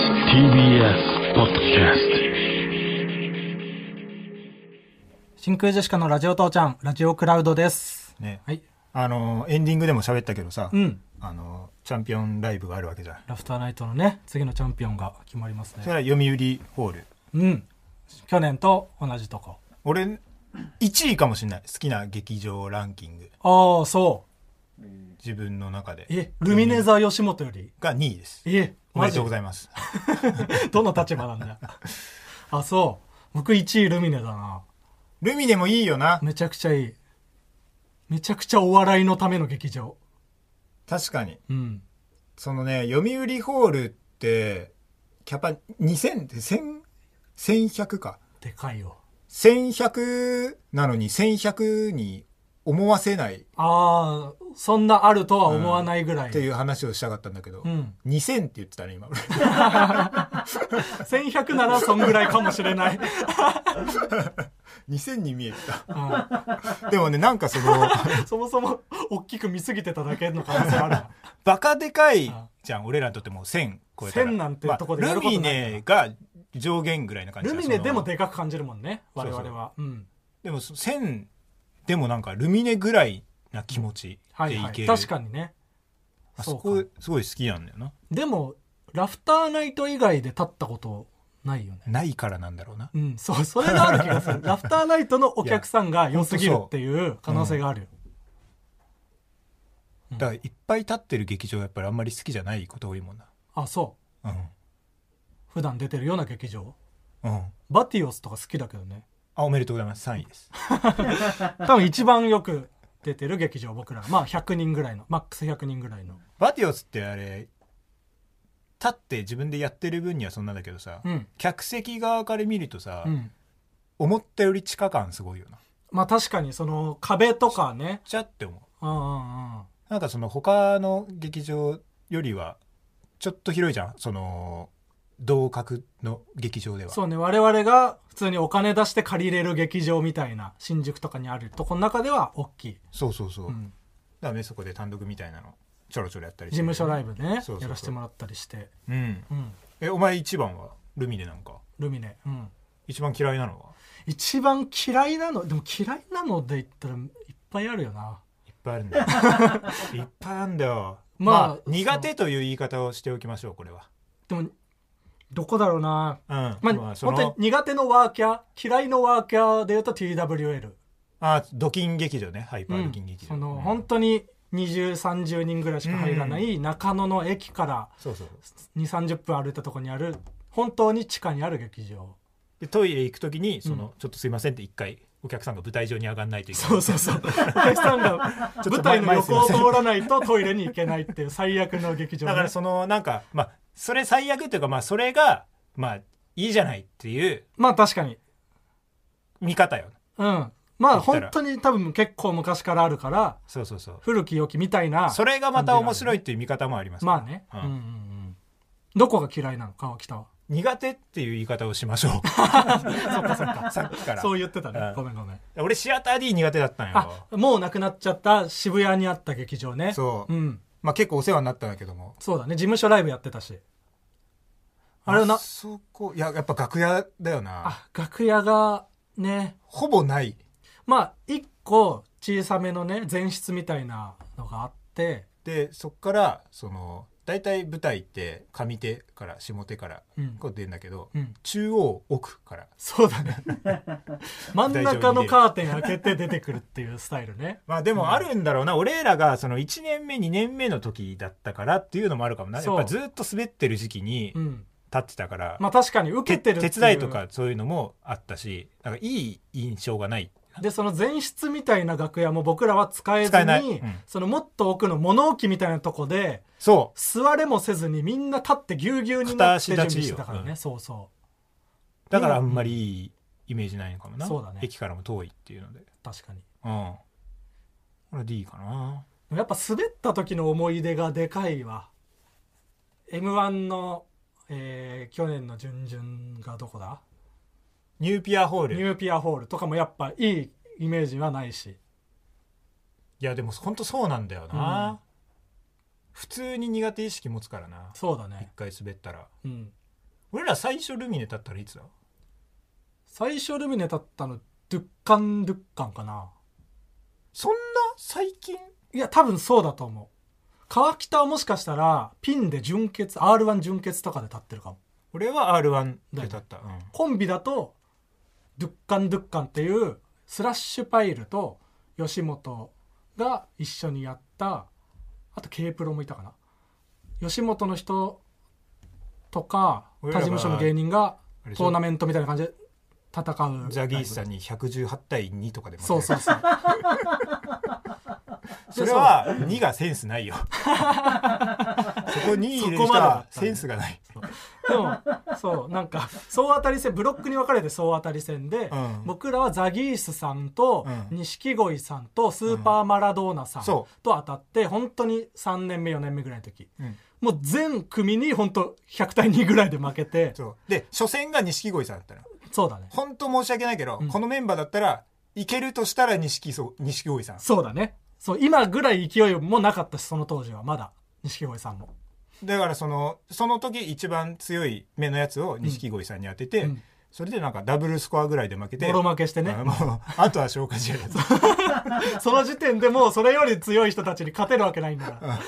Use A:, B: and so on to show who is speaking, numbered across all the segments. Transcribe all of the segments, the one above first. A: TBS ポッドキャス
B: 真空ジェシカのラジオ父ちゃん、ラジオクラウドです。
C: ね、
B: はい。
C: あのエンディングでも喋ったけどさ、
B: うん。
C: あのチャンピオンライブがあるわけじゃん
B: ラフターナイトのね、次のチャンピオンが決まります
C: それ
B: ね。
C: は読売ホール
B: うん。去年と同じとこ。
C: 俺1位かもしれない好きな劇場ランキング
B: ああ、そ
C: 自分の中で
B: う。え、ルミネザー吉本より。
C: が2位です
B: え、
C: おめでとうござ
B: い
C: います
B: ます。どの立場なんだ よ。あ、そう。僕1位ルミネだな。
C: ルミネもいいよな
B: めちゃくちゃいい。めちゃくちゃお笑いのための劇場。
C: 確かに
B: うん。
C: そのね読売ホールってキャパ2000って1000 1100か
B: でかいよ。
C: 1100なのに1100に思わせない
B: ああ、そんなあるとは思わないぐらい。
C: っていう話をしたかったんだけど、
B: うん
C: 2000って言ってたね今俺
B: 1100ならそんぐらいかもしれない。
C: 2000に見えてた
B: うん
C: でもねなんかその
B: そもそも大きく見すぎてただけの可能性あ るな。
C: バカでかい
B: あ
C: じゃん俺らにとってもう1000超えたら
B: 1000なんてとこでやることないから
C: まあルミネが上限ぐらいな感じ
B: ル
C: だ
B: ミネでも
C: その
B: でかく感じるもんね、
C: そう
B: 我
C: そう
B: 々は。うん。
C: でもそ1000でもなんかルミネぐらいな気持ち
B: は
C: で
B: い、
C: い
B: は
C: け
B: い。
C: る、
B: 確かにね。
C: あそ
B: そ
C: こ
B: うか
C: すごい好きなんだよな
B: でも、ラフターナイト以外で立ったことないよね。
C: ないからなんだろうな
B: うん、そう、それがある気が する。ラフターナイトのお客さんが良すぎるっていう可能性があるよ。
C: だからいっぱい立ってる劇場はやっぱりあんまり好きじゃないこと多いもんな
B: あ、そう。
C: う
B: 普段出てるような劇場。
C: んうん
B: バティオスとか好きだけどね。
C: あおめでとうございます3位です
B: 多分一番よく出てる劇場、僕ら。まあ100人ぐらいの。マックス100人ぐらいの。
C: バティオスってあれ立って自分でやってる分にはそんなんだけどさ、
B: うん
C: 客席側から見るとさ、
B: うん。
C: 思ったより地下感すごいよな
B: まあ確かにその壁とかね。
C: ちゃって思う
B: うんうんうん。
C: なんかその他の劇場よりはちょっと広いじゃんその同格の劇場では
B: そうね、我々が普通にお金出して借りれる劇場みたいな、新宿とかにあるとこの中では大きい。
C: そうそうそう、
B: うん。
C: だからねそこで単独みたいなのちょろちょろやったり
B: 事務所ライブでね
C: そうそうそ、う
B: やらせてもらったりして。
C: うん
B: うん。
C: えお前一番はルミネなんか
B: ルミネ。うん。
C: 一番嫌いなのは
B: 一番嫌いなの、でも嫌いなので言ったらいっぱいあるよな。
C: いっぱいあるんだ よいっぱいあるんだよ
B: ま
C: ま
B: あ
C: あ、苦手という言い方をしておきましょうこれは
B: でも、どこだろうな。
C: うん
B: まあ、
C: まあそ
B: 本当に
C: の
B: 苦手のワーキャー、嫌いのワーキャーで言うと TWL。
C: あドキン劇場ねハイパ
B: う
C: ード
B: ん
C: キン劇場、
B: その、
C: うん
B: 本当に20、30人ぐらいしか入らない中野の駅から
C: そうそう
B: 2、30分歩いたとこにある、本当に地下にある劇場。
C: でトイレ行く時にその、ちょっとすいませんって一回お客さんが舞台上に上がんないといけない
B: そうそうそう。お客さん が
C: と
B: 舞台の横を
C: 前前すいません
B: 通らないとトイレに行けないっていう最悪の劇場ね、
C: だからそのなんかまあそれ最悪というかまあそれがまあいいじゃないっていう
B: まあ確かに。
C: 見方よ
B: うん。まあ
C: 言ったら
B: 本当に多分結構昔からあるから、
C: そうそうそう
B: 古き良きみたいな。
C: それがまた面白いっていう見方もありますから
B: まあね。う
C: うんん
B: うんうん。どこが嫌いなのか、北は。
C: 苦手っていう言い方をしま しょう さっきから
B: そう言ってた
C: う
B: ね
C: ん。
B: ごめんごめん。
C: 俺シアター D 苦手だったん
B: あ
C: よ、
B: もうなくなっちゃった渋谷にあった劇場ね。
C: そう
B: うん。
C: まあ結構お世話になったんだけども
B: そうだね。事務所ライブやってたし。あれはな、
C: そこいややっぱ楽屋だよな
B: あ、楽屋がね、
C: ほぼない
B: まあ、一個小さめのね、前室みたいなのがあって、
C: でそっからその大体舞台って上手から下手から
B: うん
C: こう出るんだけど、
B: うん
C: 中央奥から
B: そうだね。真ん中のカーテン開けて出てくるっていうスタイル ね。
C: まあでもあるんだろうな、俺らがその1年目2年目の時だったからっていうのもあるかもなや
B: そう
C: っぱずっと滑ってる時期に
B: うん。
C: 立ってたから、
B: まあ確かに受けてるってい
C: 手
B: う
C: 伝いとかそういうのもあったしなんかいい印象がない
B: でその前室みたいな楽屋も僕らは使えず
C: 使え
B: に
C: ないうん
B: そのもっと奥の物置みたいなとこで
C: そ
B: 座れもせずにみんな立ってぎゅうぎゅうになって準
C: 片
B: 備
C: 足立ち
B: してたからね、
C: うん
B: そうそう
C: うだからあんまりいいイメージないのかもな、
B: そうだね
C: 駅からも遠いっていうので
B: 確かに
C: うんこれ D かな
B: やっぱ滑った時の思い出がでかいわ m 1の、えー去年の準々がどこだ
C: ニューピアホール
B: ニューピアホールとかもやっぱいいイメージはないし
C: いやでも本当そうなんだよな、普通に苦手意識持つからな
B: そうだ
C: 一
B: ね
C: 回滑ったら
B: うん
C: 俺ら最初ルミネ立ったらいつだ
B: 最初ルミネ立ったのドゥッカンドゥッカンかな
C: そんな最近
B: いや多分そうだと思う川北はもしかしたらピンで純潔 r 1純潔とかで立ってるかも
C: 俺は r 1で立った、うん
B: コンビだとドゥッカンドゥッカンっていうスラッシュパイルと吉本が一緒にやったあと K プロもいたかな吉本の人とか他
C: 俺らは
B: 事務所の芸人が
C: あれでしょ
B: トーナメントみたいな感じで戦う
C: ザギースさんに118対2とかでも
B: そうそうそう
C: それは2がセンスないよ そこ2入れる人
B: そ
C: は
B: こまでだったね
C: センスがない
B: でもそうなんか総当たり戦ブロックに分かれて総当たり戦で、
C: うん
B: 僕らはザギースさんと
C: うん
B: 錦鯉さんとスーパーマラドーナさん
C: うん
B: と
C: そ
B: 当たって本当に3年目4年目ぐらいの時
C: うん
B: もう全組に本当100対2ぐらいで負けて
C: そうで初戦が錦鯉さんだったの
B: そうだね
C: 本当申し訳ないけど、
B: うん
C: このメンバーだったらいけるとしたら錦そう錦鯉さん
B: そうだねそう今ぐらい勢いもなかったしその当時はまだ錦鯉さんも
C: だからそのその時一番強い目のやつを錦鯉さんに当てて、
B: うん
C: それでなんかダブルスコアぐらいで負けて
B: ボロ負けしてね
C: あもう あとは消化試合だった
B: その時点でもうそれより強い人たちに勝てるわけないんだから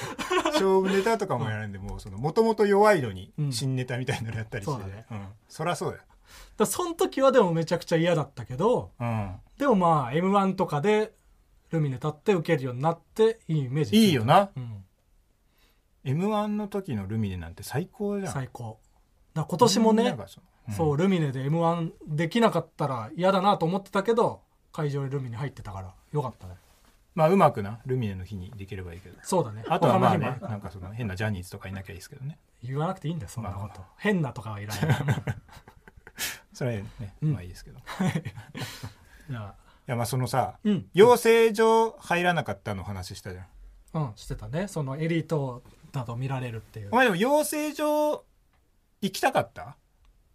C: 勝負ネタとかもやらんでももともと弱いのに
B: うん
C: 新ネタみたいなのやったりして、
B: そうだね
C: んそりゃそうだよ、
B: だからその時はでもめちゃくちゃ嫌だったけど
C: うん、
B: でもまあ m 1とかでルミネ立って受けるようになっていいイメージ
C: いいよ、な
B: うん、
C: m 1の時のルミネなんて最高じゃん
B: 最高だから今年も
C: みんな
B: ね
C: がその
B: そうルミネで m 1できなかったら嫌だなと思ってたけど会場にルミネ入ってたからよかったね
C: まあうまくなルミネの日にできればいいけど
B: そうだね
C: あとはまあ
B: 他の
C: ね
B: 日も
C: なんかその変なジャニーズとかいなきゃいいですけどね
B: 言わなくていいんだよそんなこと、
C: まあま
B: 変なとかはいらない
C: それはね、
B: うん
C: まあいいですけどい
B: じゃあ
C: やまあそのさ
B: うん
C: 養成所入らなかったの話したじゃん
B: うんしてたねそのエリートだと見られるっていう
C: お前でも養成所行きたかった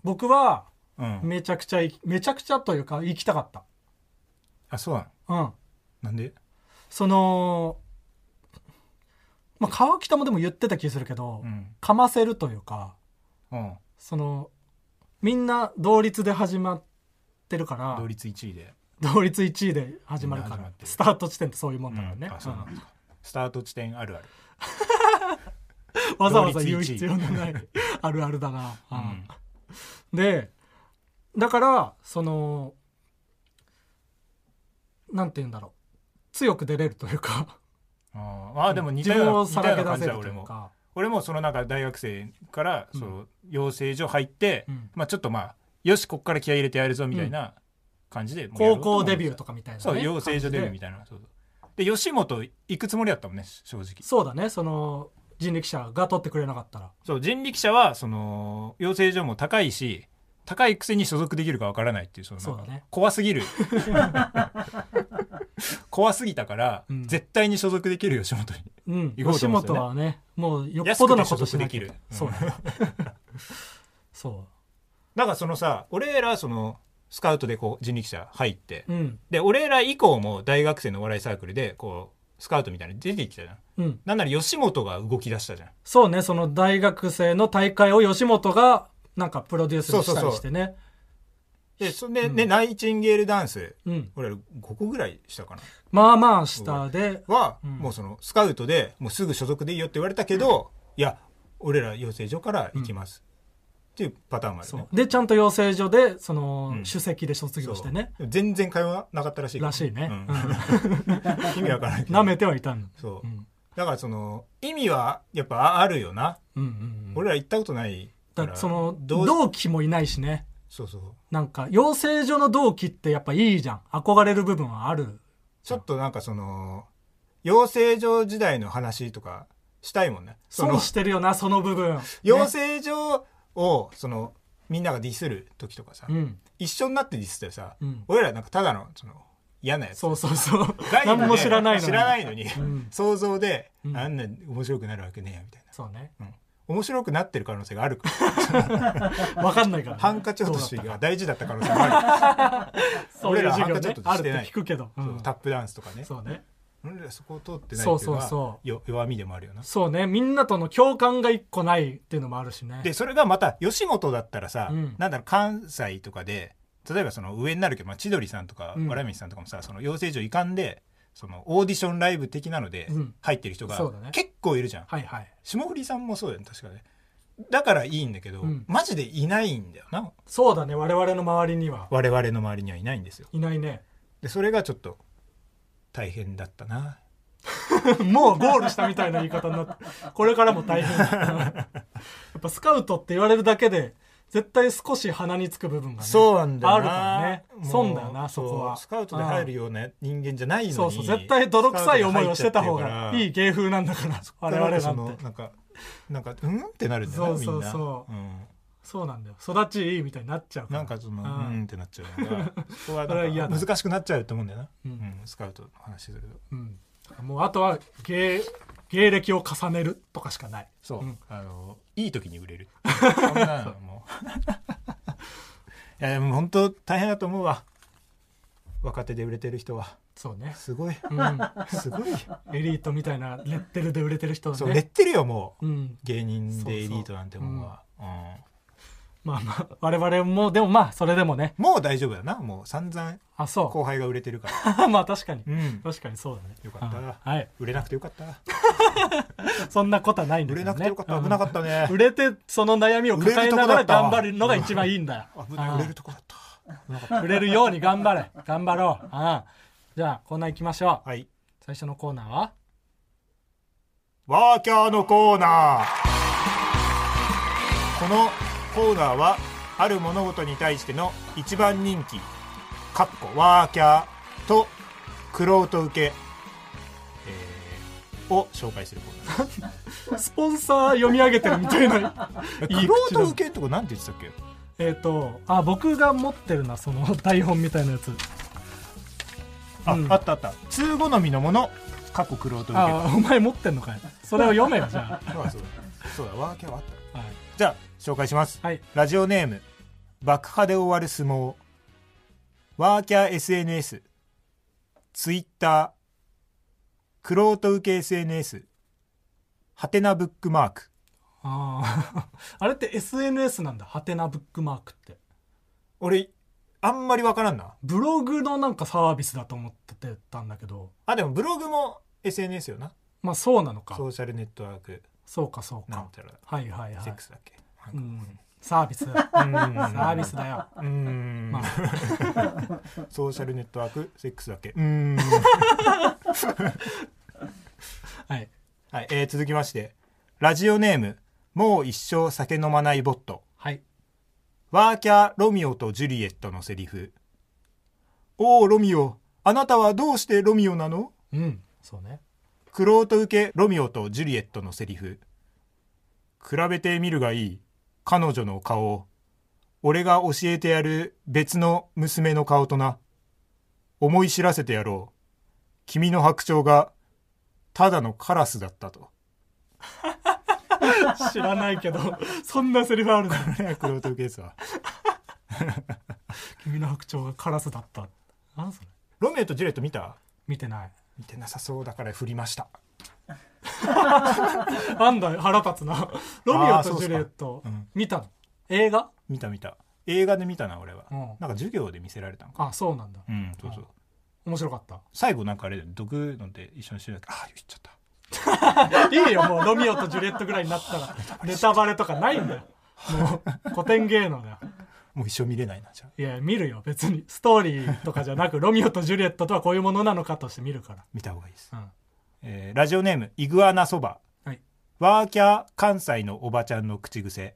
B: 僕は
C: うん
B: めちゃくちゃいめちゃくちゃというか行きたかっ
C: あそうなの
B: たうん
C: なんで
B: その、まあ、川北もでも言ってた気するけど、
C: うん
B: かませるというか
C: うん
B: そのみんな同率で始まってるから
C: 同
B: 同率
C: 率1位で
B: 1位で始まるか
C: みん
B: ら
C: な始まってる
B: スタート地点ってそういうもんだからね
C: うん、あそうなん
B: うん
C: ですかスタート地点あるある
B: わざわざ言う
C: 同率1位
B: 必要のないあるあるだな、うん
C: うん
B: でだからそのなんて言うんだろう強く出れるというか
C: あーあーでも似た
B: 自
C: よ
B: 分を
C: うな似
B: さ
C: たよ
B: らけ
C: うな感
B: 出
C: じ
B: せると
C: だ俺
B: いう
C: も
B: か
C: 俺もそのなんか大学生から
B: うん
C: その養成所入って、
B: うん
C: まあ、ちょっとまあよしこっから気合い入れてやるぞみたいな感じで、もうやろ
B: 高
C: うと思
B: 校
C: って
B: デ
C: た
B: ビューとかみたいな、ね、
C: そう養成所デビューみ
B: たい
C: たいなそうそうで吉本行くつもりだったもんね正直
B: なそうだねその人力車が取ってくれなかったら
C: そう人力車はその養成所も高いし高いくせに所属できるかわからないっていうその
B: そうだね
C: 怖す ぎる怖すぎたから、
B: うん
C: 絶対に所属できる吉本に
B: うん
C: 行こうと
B: 吉
C: 思うんです
B: 本
C: よね
B: はねもうよっぽどなことしなきゃ
C: 安くて
B: そ
C: 所
B: う
C: 属でき
B: だね そ
C: だからそのさ俺らそのスカウトでこう人力車入って、
B: ううん
C: で俺ら以降も大学生のお笑いサークルでこうスカウトみたいなの出てきたじゃん
B: うん
C: なんなら吉本が動き出したじゃん
B: そうねその大学生の大会を吉本がなんかプロデュースしたりしてね
C: でそれで、ねナイチンゲールダンス
B: うん
C: 俺ら5個ぐらいしたかな
B: まあまあ下で
C: は、
B: うん
C: もうそのスカウトでもうすぐ所属でいいよって言われたけど、いや俺ら養成所から行きます、っていうパターンもあるよ
B: そ
C: ね
B: うでちゃんと養成所でその、
C: うん
B: 首席で卒業してね
C: そう全然会話なかったらしいから
B: しいね
C: うん 意味わからないけど
B: 舐めてはいたん
C: そ
B: う
C: う、
B: ん
C: だからその意味はやっぱあるよな、
B: うんうんうん
C: 俺ら行ったことないか
B: だ
C: ら
B: その
C: どう
B: 同期もいないしね
C: そうそう
B: なんか養成所の同期ってやっぱいいじゃん憧れる部分はある
C: ちょっとなんかその養成所時代の話とかしたいもんねその
B: 損してるよなその部分
C: 養成所をそのみんながディスる時とかさ、
B: うん
C: 一緒になってディスってさ、
B: うん
C: 俺らなんかただのその嫌なやつ
B: そうそうそう
C: 概念で
B: 何も知らないのに
C: 知らないのに、
B: ん
C: 想像で、
B: うん
C: あんな面白くなるわけねえやみたい
B: そうね
C: な、うん面白くなってる可能性 があるから
B: 分かんないから、ね、
C: ハンカチ落とし
B: どうだ
C: が大事だった可能性もあ
B: っ
C: る、
B: たそういう授業
C: 俺らハンカチ
B: ね
C: 落とし
B: あ
C: し
B: るって
C: ない
B: て聞くけど、うん
C: そうタップダンスとかね
B: そうね
C: 俺らそこを通ってないって
B: そう
C: いうの
B: そう
C: は
B: そ
C: よ弱みでもあるよな
B: そうねみんなとの共感が一個ないっていうのもあるしね
C: でそれがまた吉本だったらさ、
B: うん
C: なんだろう関西とかで例えばその上になるけど、まあ、千鳥さんとか
B: うん
C: わらみさんとかもさ、その養成所いかんでそのオーディションライブ的なので
B: うん
C: 入ってる人が
B: そうだね
C: 結構いるじゃん、
B: はいはい
C: 霜降りさんもそうだよね確かねだからいいんだけど、
B: うん
C: マジでいないんだよな
B: そうだね我々の周りには
C: 我々の周りにはいないんですよ
B: いない ね
C: でそれがちょっと大変だったな
B: もうゴールしたみたいな言い方になってこれからも大変 やっぱスカウトって言われるだけで絶対少し鼻につく部分が、ね、
C: そうなんだよな
B: あるからね
C: もう
B: 損だよなそこは
C: うスカウトで入るような人間じゃないのに
B: そうそう絶対泥臭い思いをしてた方がい
C: い
B: い芸風なんだ から我々なんて
C: なんかなんかうんってなるんだよなみ
B: そ
C: ん
B: う
C: な、、
B: そうそうなんだよ育ちいいみたいになっちゃうんから
C: なんかその
B: う
C: うんんってなっちゃうの がそこは
B: それは嫌
C: な
B: だ
C: んか難しくなっちゃうと思うんだよな、
B: う
C: うんんスカウトの話すると
B: うん、もうあとは芸芸歴を重ねるとかしかない
C: そう、
B: うん
C: あのいい時に 売れるそんなのもういやでも本当大変だと思うわ若手で売れてる人は
B: そうね、
C: すごい
B: うん、
C: すごい
B: エリートみたいなレッテルで売れてる人だね
C: そうレッテルよもう
B: うん、
C: 芸人でエリートなんてもんはうん
B: まあまあ我々もでもまあそれでもね
C: もう大丈夫だなもう散々
B: あそ
C: 後輩が売れてるから
B: う まあ確かに、
C: うん
B: 確かにそうだね
C: よかった
B: うんはい
C: 売れなくてよかった
B: そんなことはないんだ
C: 売
B: け
C: れ
B: ど、ね、
C: なくてよかった危なかったね
B: うん売れてその悩みを抱えながら頑張るのが一番いいんだよ
C: 危ない売れるとこだった危なかっ
B: 売れるように頑張れ頑張ろうああじゃあコーナー行きましょ
C: たはいう
B: 最初のコーナーは
C: ワーキャーのコーナーこのコーナーはある物事に対しての一番人気かっこワーキャーとクロート受け、えーを紹介するコーナー
B: スポンサー読み上げてるみたいな
C: え
B: いい口だ
C: クロート受けとかなんて言ってたっけ
B: えっとあ僕が持ってるなその台本みたいなやつ
C: あ、
B: うん
C: あったあった通好みのもの過去クロート受け
B: あお前持ってんのかいそれを読めよじゃ
C: そうだそうだそうだワーキャーはあった
B: あはい、
C: じゃあ紹介します
B: はい、
C: ラジオネーム爆破で終わる相撲ワーキャー SNS ツイッタークロート受け SNS ハテナブックマーク
B: あー あれって SNS なんだハテナブックマークって
C: 俺あんまりわからんな
B: ブログのなんかサービスだと思ってたんだけど
C: あでもブログも SNS よな
B: まあそうなのか
C: ソ
B: そう
C: ーシャルネットワーク
B: かそう
C: なん
B: か
C: たら
B: はいはいは
C: セッ
B: い
C: ク、スだっけ
B: うん、サ ービスサ
C: サ
B: ービスだよ
C: うーん、
B: ま
C: ソーシャルネットワークセックスだっけうーん
B: はい
C: はい、えー続きましてラジオネームもう一生酒飲まないボット
B: はい
C: ワーキャーロミオとジュリエットのセリフおおロミオあなたはどうしてロミオなの
B: うんそうね
C: クロート受けロミオとジュリエットのセリフ比べてみるがいい彼女の顔を俺が教えてやる別の娘の顔とな思い知らせてやろう君の白鳥がただのカラスだったと
B: 知らないけどそんなセリフあるんだ
C: クロート受けですわ
B: 君の白鳥がカラスだったなんそれ
C: ロミオとジュリエット見た
B: 見てない
C: 見てなさそうだから振りました
B: あんだ腹立つなロミオとジュリエット、
C: そうっすかうん
B: 見たの映画
C: 見た見た映画で見たな俺は、
B: うん
C: なんか授業で見せられたのか
B: あそうなんだ
C: うんそうそう、
B: うん面白かった
C: 最後なんかあれだよ毒飲んで一緒にしてるだけああ言っちゃった
B: いいよもうロミオとジュリエットぐらいにな ったらネタバレとかないんだよもう古典芸能だよ
C: もう一生見れないなじゃあ
B: いや見るよ別にストーリーとかじゃなくロミオとジュリエットとはこういうものなのかとして見るか
C: 見た方がいいです、
B: ら、うん
C: えーラジオネームイグアナそば
B: はい、
C: ワーキャー関西のおばちゃんの口癖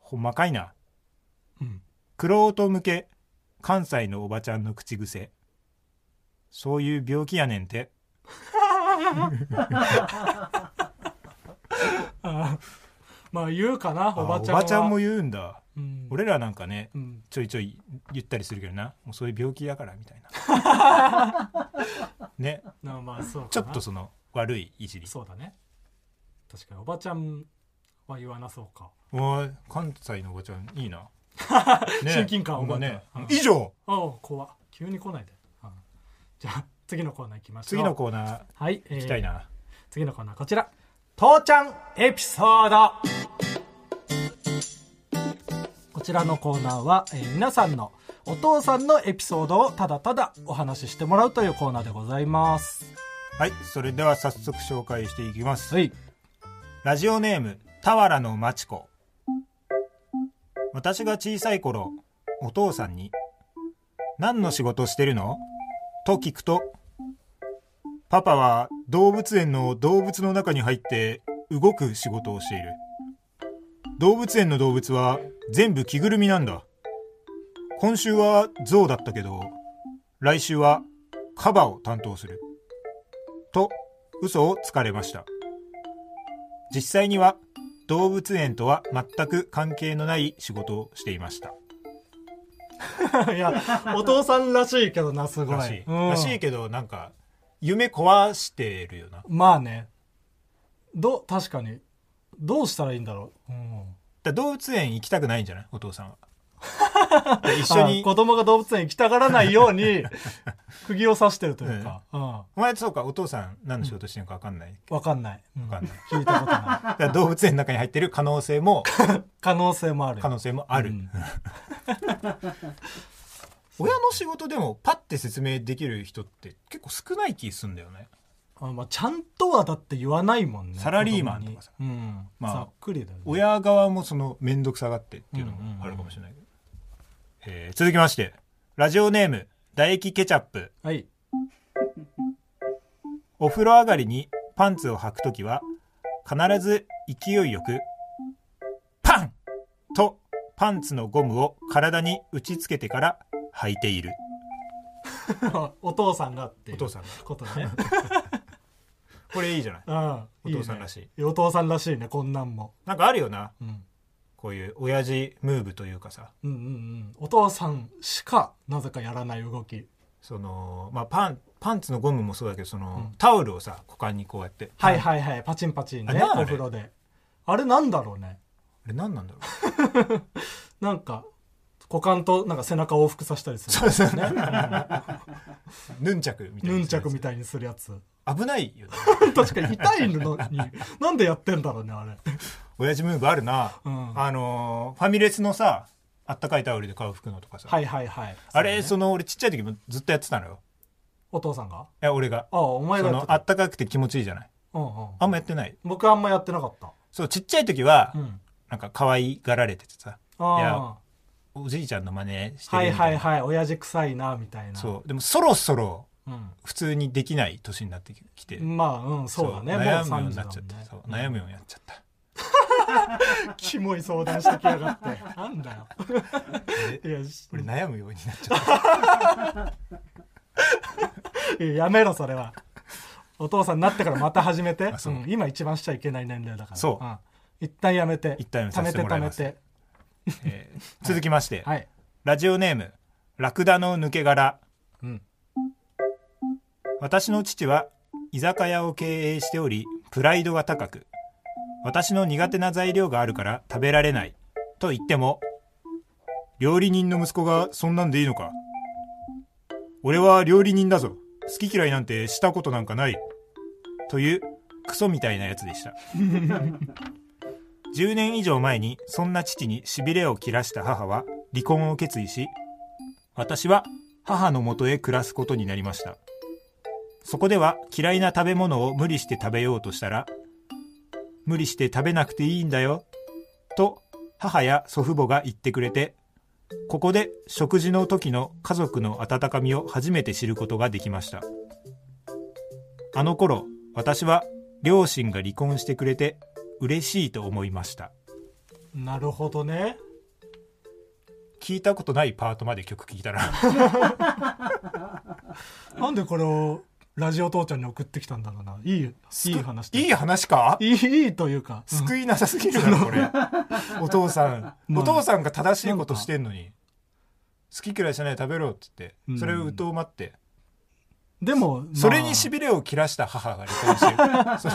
C: ほんまかいな
B: うん、
C: クロート向け関西のおばちゃんの口癖そういう病気やねんて
B: まあ言うかなおばちゃん
C: あ
B: は
C: おばちゃんも言うんだ
B: うん、
C: 俺らなんかね
B: うん、
C: ちょいちょい言ったりするけどなもうそういう病気やからみたい なね
B: なまあそうかな
C: ちょっとその悪いいじり
B: そうだね確かにおばちゃんは言わなそうか
C: おー関西のおばちゃんい いな、
B: 親近感を覚えた
C: ね
B: うん
C: 以上
B: ああ怖っ急に来ないで、うんじゃあ次のコーナーいきましょう
C: 次のコーナー
B: はい、えー
C: 行きたいな、
B: 次のコーナーこちら父ちゃんエピソードこちらのコーナーは、えー皆さんのお父さんのエピソードをただただお話ししてもらうというコーナーでございます
C: はいそれでは早速紹介していきます
B: はい
C: ラジオネーム俵のまちこ私が小さい頃お父さんに「何の仕事してるの?」と聞くと「パパは動物園の動物の中に入って動く仕事をしている」「動物園の動物は全部着ぐるみなんだ」「今週は象だったけど来週はカバを担当する」と嘘をつかれました実際には動物園とは全く関係のない仕事をしていました
B: いやお父さんらしいけどなすごい
C: らしい,、
B: うん
C: らしいけどなんか夢壊してるよな
B: まあねど確かにどうしたらいいんだろう、うん
C: だ動物園行きたくないんじゃないお父さん はで一緒
B: あ
C: に
B: 子供が動物園行きたがらないよう に釘を刺してるというか、うん
C: お前そうかお父さん何の仕事してるのか分かんない、
B: わかんない。うん
C: わかんない
B: 聞いたことない。
C: だから動物園の中に入ってる可能性も
B: 可能性もある。
C: 可能性もある、
B: うん
C: 親の仕事でもパッて説明できる人って結構少ない気すんだよね
B: あまあ、ちゃんとはだって言わないもんね。
C: サラリーマンとかさ
B: 子供にうん。
C: まあ
B: ざっくりだよね。
C: 親側もその面倒くさがってっていうのもあるかもしれないけど、えー続きましてラジオネーム唾液ケチャップ
B: はい。
C: お風呂上がりにパンツを履くときは必ず勢いよく「パン!」とパンツのゴムを体に打ちつけてから履いている
B: お父さんがっていう
C: お父さんが
B: こと ね。
C: これいいじゃない
B: うん。
C: お父さんらしい
B: ねお父さんらしいね、こんなんも。
C: なんかあるよな
B: うん。
C: こういう親父ムーブというかさ
B: うんうんうん。お父さんしかなぜかやらない動き。
C: その、まあ、パンパンツのゴムもそうだけどその、
B: うん
C: タオルをさ股間にこうやって
B: はいはいはい。パチンパチン
C: あ
B: ね。
C: なんあれ
B: お風呂で。あれなんだろうね。
C: あれ何なんだろう
B: なんか、股間となんか背中往復させたりする。
C: そうそう。ヌンチャクみたいな。
B: ヌンチャクみたいにするやつ。
C: 危ないよね。
B: 確かに痛いのに、なんでやってんだろうね、あれ。
C: 親父ムーブあるな。
B: うん
C: あのーファミレスのさ、あったかいタオルで顔拭くのとかさ。
B: はいはいはい。
C: あれ、その、俺ちっちゃい時もずっとやってたのよ。
B: お父さんが
C: え、俺が。
B: ああ、お前
C: そ
B: がやって
C: の、
B: た
C: あったかくて気持ちいいじゃない。
B: うんうん。
C: あんまやってない。
B: 僕あんまやってなかった。
C: そう、ちっちゃい時は、
B: うん。
C: なんか可愛がられててさ、いや
B: あ
C: おじいちゃんの真似し
B: あ。は
C: てるみた
B: い
C: いな。
B: はいはい。親父臭いな、みたいな。
C: そう。でも、そろそろ、
B: うん。
C: 普通にできない年になってきて。
B: まあ、うん、そうだね。もう
C: 悩むよう
B: 30
C: にな
B: だも
C: っちゃっ
B: ん
C: て
B: ね。。
C: そう悩むようになっちゃった。
B: キモい相談してきやがって。なんだ よ。いやし
C: 俺悩むようになっちゃった。
B: いや、やめろ、それは。お父さんになってからまた始めて。
C: あそう
B: うん今一番しちゃいけない年齢だから。
C: そうん
B: 一旦やめて。
C: 一旦やめさせてもらいます
B: 貯めて
C: えー続きまして、
B: 貯めて。はい。
C: ラジオネームラクダの抜け殻
B: うん。
C: 私の父は居酒屋を経営しておりプライドが高く私の苦手な材料があるから食べられないと言っても料理人の息子がそんなんでいいのか俺は料理人だぞ好き嫌いなんてしたことなんかないというクソみたいなやつでした10年以上前にそんな父にしびれを切らした母は離婚を決意し私は母のもとへ暮らすことになりましたそこでは嫌いな食べ物を無理して食べようとしたら無理して食べなくていいんだよと母や祖父母が言ってくれてここで食事の時の家族の温かみを初めて知ることができましたあの頃私は両親が離婚してくれて嬉しいと思いました
B: なるほどね。
C: 聞いたことないパートまで曲聞いたら
B: なんでこれをラジオ父ちゃんに送ってきたんだろうな。いい、 いい話だ
C: いい話か
B: いいいいというか、うん
C: 救いなさすぎるだろ これお父さん
B: まあ
C: お父さんが正しいことしてんのに好き嫌いしないで食べろって言って
B: うん
C: それを疎まって
B: でも、まあ
C: それにしびれを切らした母が 離婚してるそう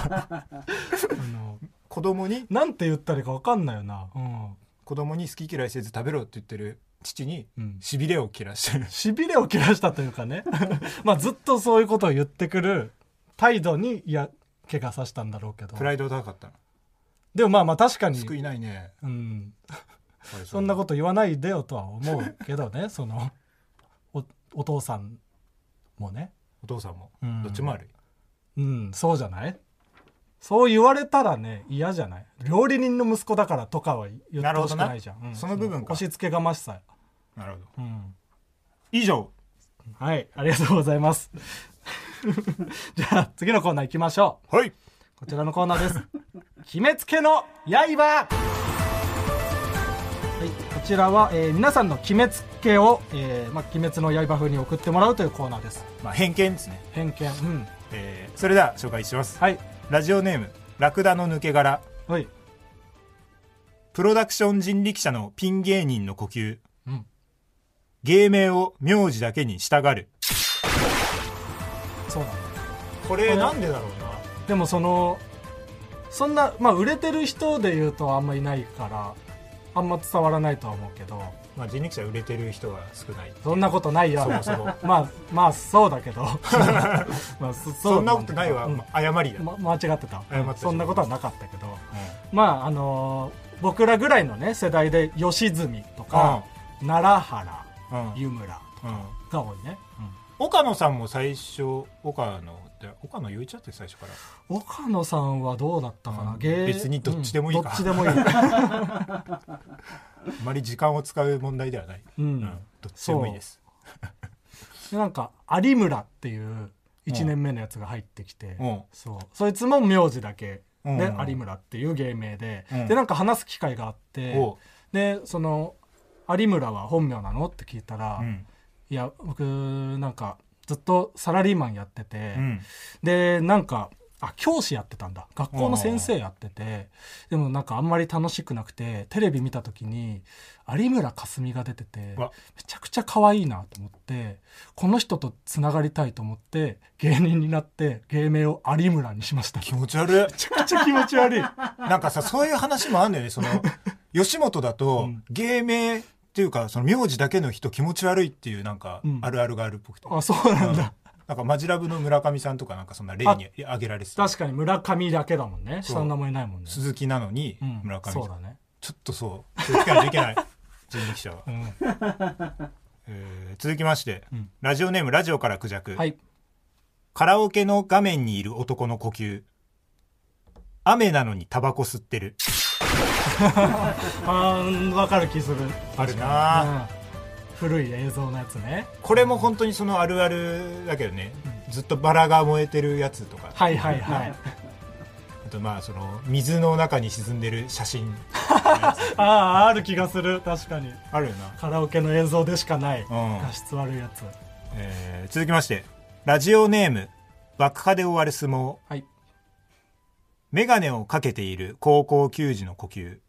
B: あの
C: 子供に
B: なんて言ったらいいかわかんないよな。うん。
C: 子供に好き嫌いせず食べろって言ってる父に
B: うん
C: しびれを切らしてる
B: しびれを切らしたというかね まあずっとそういうことを言ってくる態度にいや怪我させたんだろうけど
C: プライド高かったの
B: でもまあまあ確かに、
C: 救いないね
B: うん、
C: かわい
B: そんなこと言わないでよとは思うけどねそのおお父さんもね、
C: お父さんも
B: うん
C: どっちも悪い
B: うん、そうじゃないそう言われたらね嫌じゃない料理人の息子だからとかは言ってほしくないじゃん、
C: なるほどな
B: うん
C: その部分か
B: 押し付けがましさ、
C: なるほど
B: うん、
C: 以上
B: はいありがとうございます じゃあ次のコーナー行きましょう
C: はい
B: こちらのコーナーです。 決めつけの刃。はい、こちらは、えー皆さんの決めつけを、えーまあ、鬼滅の刃風に送ってもらうというコーナーです。
C: まあ偏見ですね
B: 偏見。うん。
C: えーそれでは紹介します
B: はい。
C: ラジオネームラクダの抜け殻
B: はい。
C: プロダクション人力車のピン芸人の呼吸
B: うん。
C: 芸名を名字だけに従る
B: そうなんだ。
C: こ
B: これ
C: れなんでだろうな
B: でもその、そんな、まあ、売れてる人で言うとあんまいないから、あんま伝わらないとは思うけど、
C: まあ人力車売れてる人が少ない
B: そんなことないよ。
C: そもそ も
B: まあ、まあ、そうだけ ど。まあ、そ
C: そ
B: そ
C: んなことないわ、
B: うん
C: まあ誤りだ、
B: ま、間違ってた
C: 謝ってしまいます
B: そんなことはなかったけどまああのー僕らぐらいのね世代で吉住とか、奈良原
C: うんうん
B: 湯村
C: うん
B: が多いね、
C: 岡野さんも最初岡野って岡野雄一だって最初から
B: 岡野さんはどうだったかな、
C: うん
B: 芸
C: 別にどっちでもい
B: う
C: いか
B: んどっちでもい い、
C: あまり時間を使う問題ではない、
B: うん
C: うんどっちでもいいです
B: でなんか有村っていう1年目のやつが入ってきて、
C: うん
B: そうそいつも名字だけ、
C: うん
B: ね有村っていう芸名で、
C: うん
B: でなんか話す機会があって、
C: おう
B: でその有村は本名なのって聞いたら、
C: うん
B: いや僕なんかずっとサラリーマンやってて、
C: うん
B: でなんかあ教師やってたんだ学校の先生やっててでもなんかあんまり楽しくなくてテレビ見た時に有村架純が出ててめ
C: うわ
B: ちゃくちゃ可愛いなと思ってこの人とつながりたいと思って芸人になって芸名を有村にしましため
C: 気持ち悪い
B: ちゃくちゃ気持ち悪 い
C: なんかさそういう話もあんだよね その吉本だ
B: う
C: と、
B: ん
C: 芸名っていうかその名字だけの人気持ち悪いっていうなんか、
B: うん
C: あるあるがあるっぽくて
B: あそうなんだ、
C: なんかマジラブの村上さんとかなんかそんな例に挙げられてた
B: 確かに村上だけだもんね
C: そ
B: 下
C: う
B: の名前ないもんね、
C: 鈴木なのに
B: うん、
C: 村上さん、
B: そうだね、
C: ちょっとそう気をつけないといけ ない人力車は、
B: う
C: えー続きまして、
B: うん
C: ラジオネームラジオからクジャク、
B: ん、はい
C: カラオケの画面にいる男の呼吸雨なのにタバコ吸ってる
B: あーわかる気する
C: あるなあ
B: うん古い映像のやつね
C: これも本当にそのあるあるだけどね、ずっとバラが燃えてるやつとか
B: はいはいはい
C: あとまあその水の中に沈んでる写真
B: ああある気がする確かに
C: あるよな、
B: カラオケの映像でしかない、
C: ん
B: 画質悪いやつ
C: えー続きましてラジオネーム爆破で終わる相撲
B: はい
C: メガネをかけている高校球児の呼吸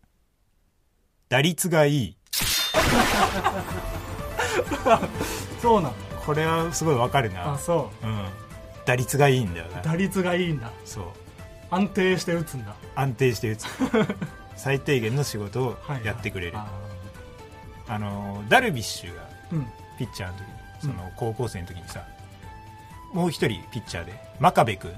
C: 打率がいい
B: そうなの
C: これはすごいわかる
B: あ
C: な
B: そ
C: うん打率がいいんだよな
B: う打率がいいんだ
C: そう
B: 安定して打つんだ、はい
C: 安定して 打つ最低限の仕事を
B: はい
C: やってくれる、
B: あ
C: あのダルビッシュが
B: ーうん
C: ピッチャーの時にその高校生の時にさ、もう一人ピッチャーで真壁君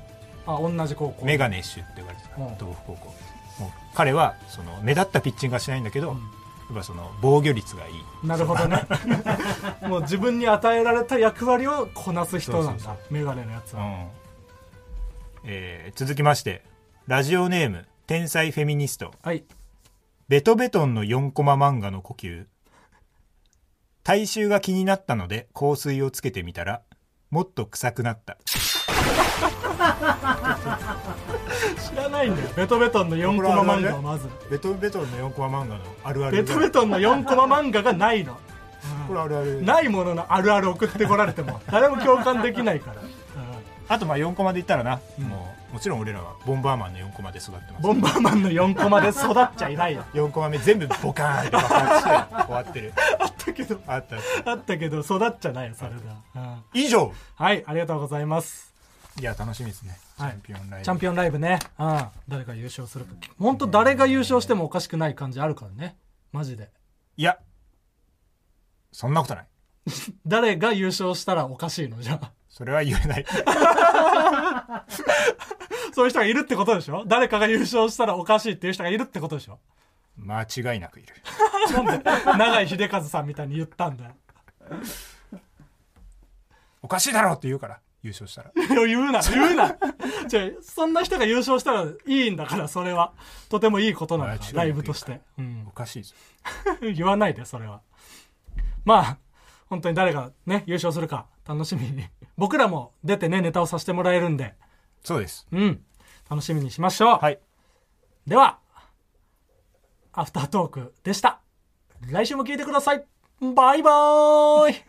B: あ同じ高校
C: メガネッシュって言われてた
B: うん
C: 東北高校もう彼はその目立ったピッチングはしないんだけど、
B: うん
C: やっぱその防御率がいい
B: なるほど ねもう自分に与えられた役割をこなす人なんだ
C: そうそう
B: メガネのやつ
C: う
B: は、
C: んえー続きましてラジオネーム天才フェミニスト
B: はい
C: ベトベトンの4コマ漫画の呼吸体臭が気になったので香水をつけてみたらもっと臭くなった
B: 知らないんだよベトベトンの4コマ漫画をまず
C: ベトベトンの4コマ漫画のあるあ
B: ベ
C: る
B: トベトンの4コマ漫画がないの
C: これあるある
B: ないもののあるある送ってこられても誰も共感できないから、
C: あとまあ4コマで言ったらな、
B: ん
C: もうもちろん俺らはボンバーマンの4コマで育ってます
B: ボンバーマンの4コマで育っちゃいないよ
C: 4コマ目全部ボカーンって爆発して終わってる
B: あったけど
C: あった
B: あったけど育っちゃないよそれが、うん
C: 以上
B: はいありがとうございます
C: いや楽しみですね、
B: はい
C: チャンピオンライブ
B: チャンピオンライブね、うん、誰が優勝するか本当誰が優勝してもおかしくない感じあるからねマジで
C: いやそんなことない。
B: 誰が優勝したらおかしいのじゃあ
C: それは言えない。
B: そういう人がいるってことでしょ誰かが優勝したらおかしいっていう人がいるってことでしょ
C: 間違いなくいる。
B: なんで永井秀和さんみたいに言ったんだよ
C: おかしいだろうって言うから、優勝したら。
B: いや言うな言うなじゃそんな人が優勝したらいいんだからそれはとてもいいことなんだから
C: 間違いなく
B: ライブとして、うん
C: お、かしいぞ。
B: 言わないでそれはまあ本当に誰がね優勝するか楽しみに 僕らも出てねネタをさせてもらえるんで
C: そうです。
B: うん楽しみにしましょう、
C: はい。
B: ではアフタートークでした来週も聞いてくださいバイバーイ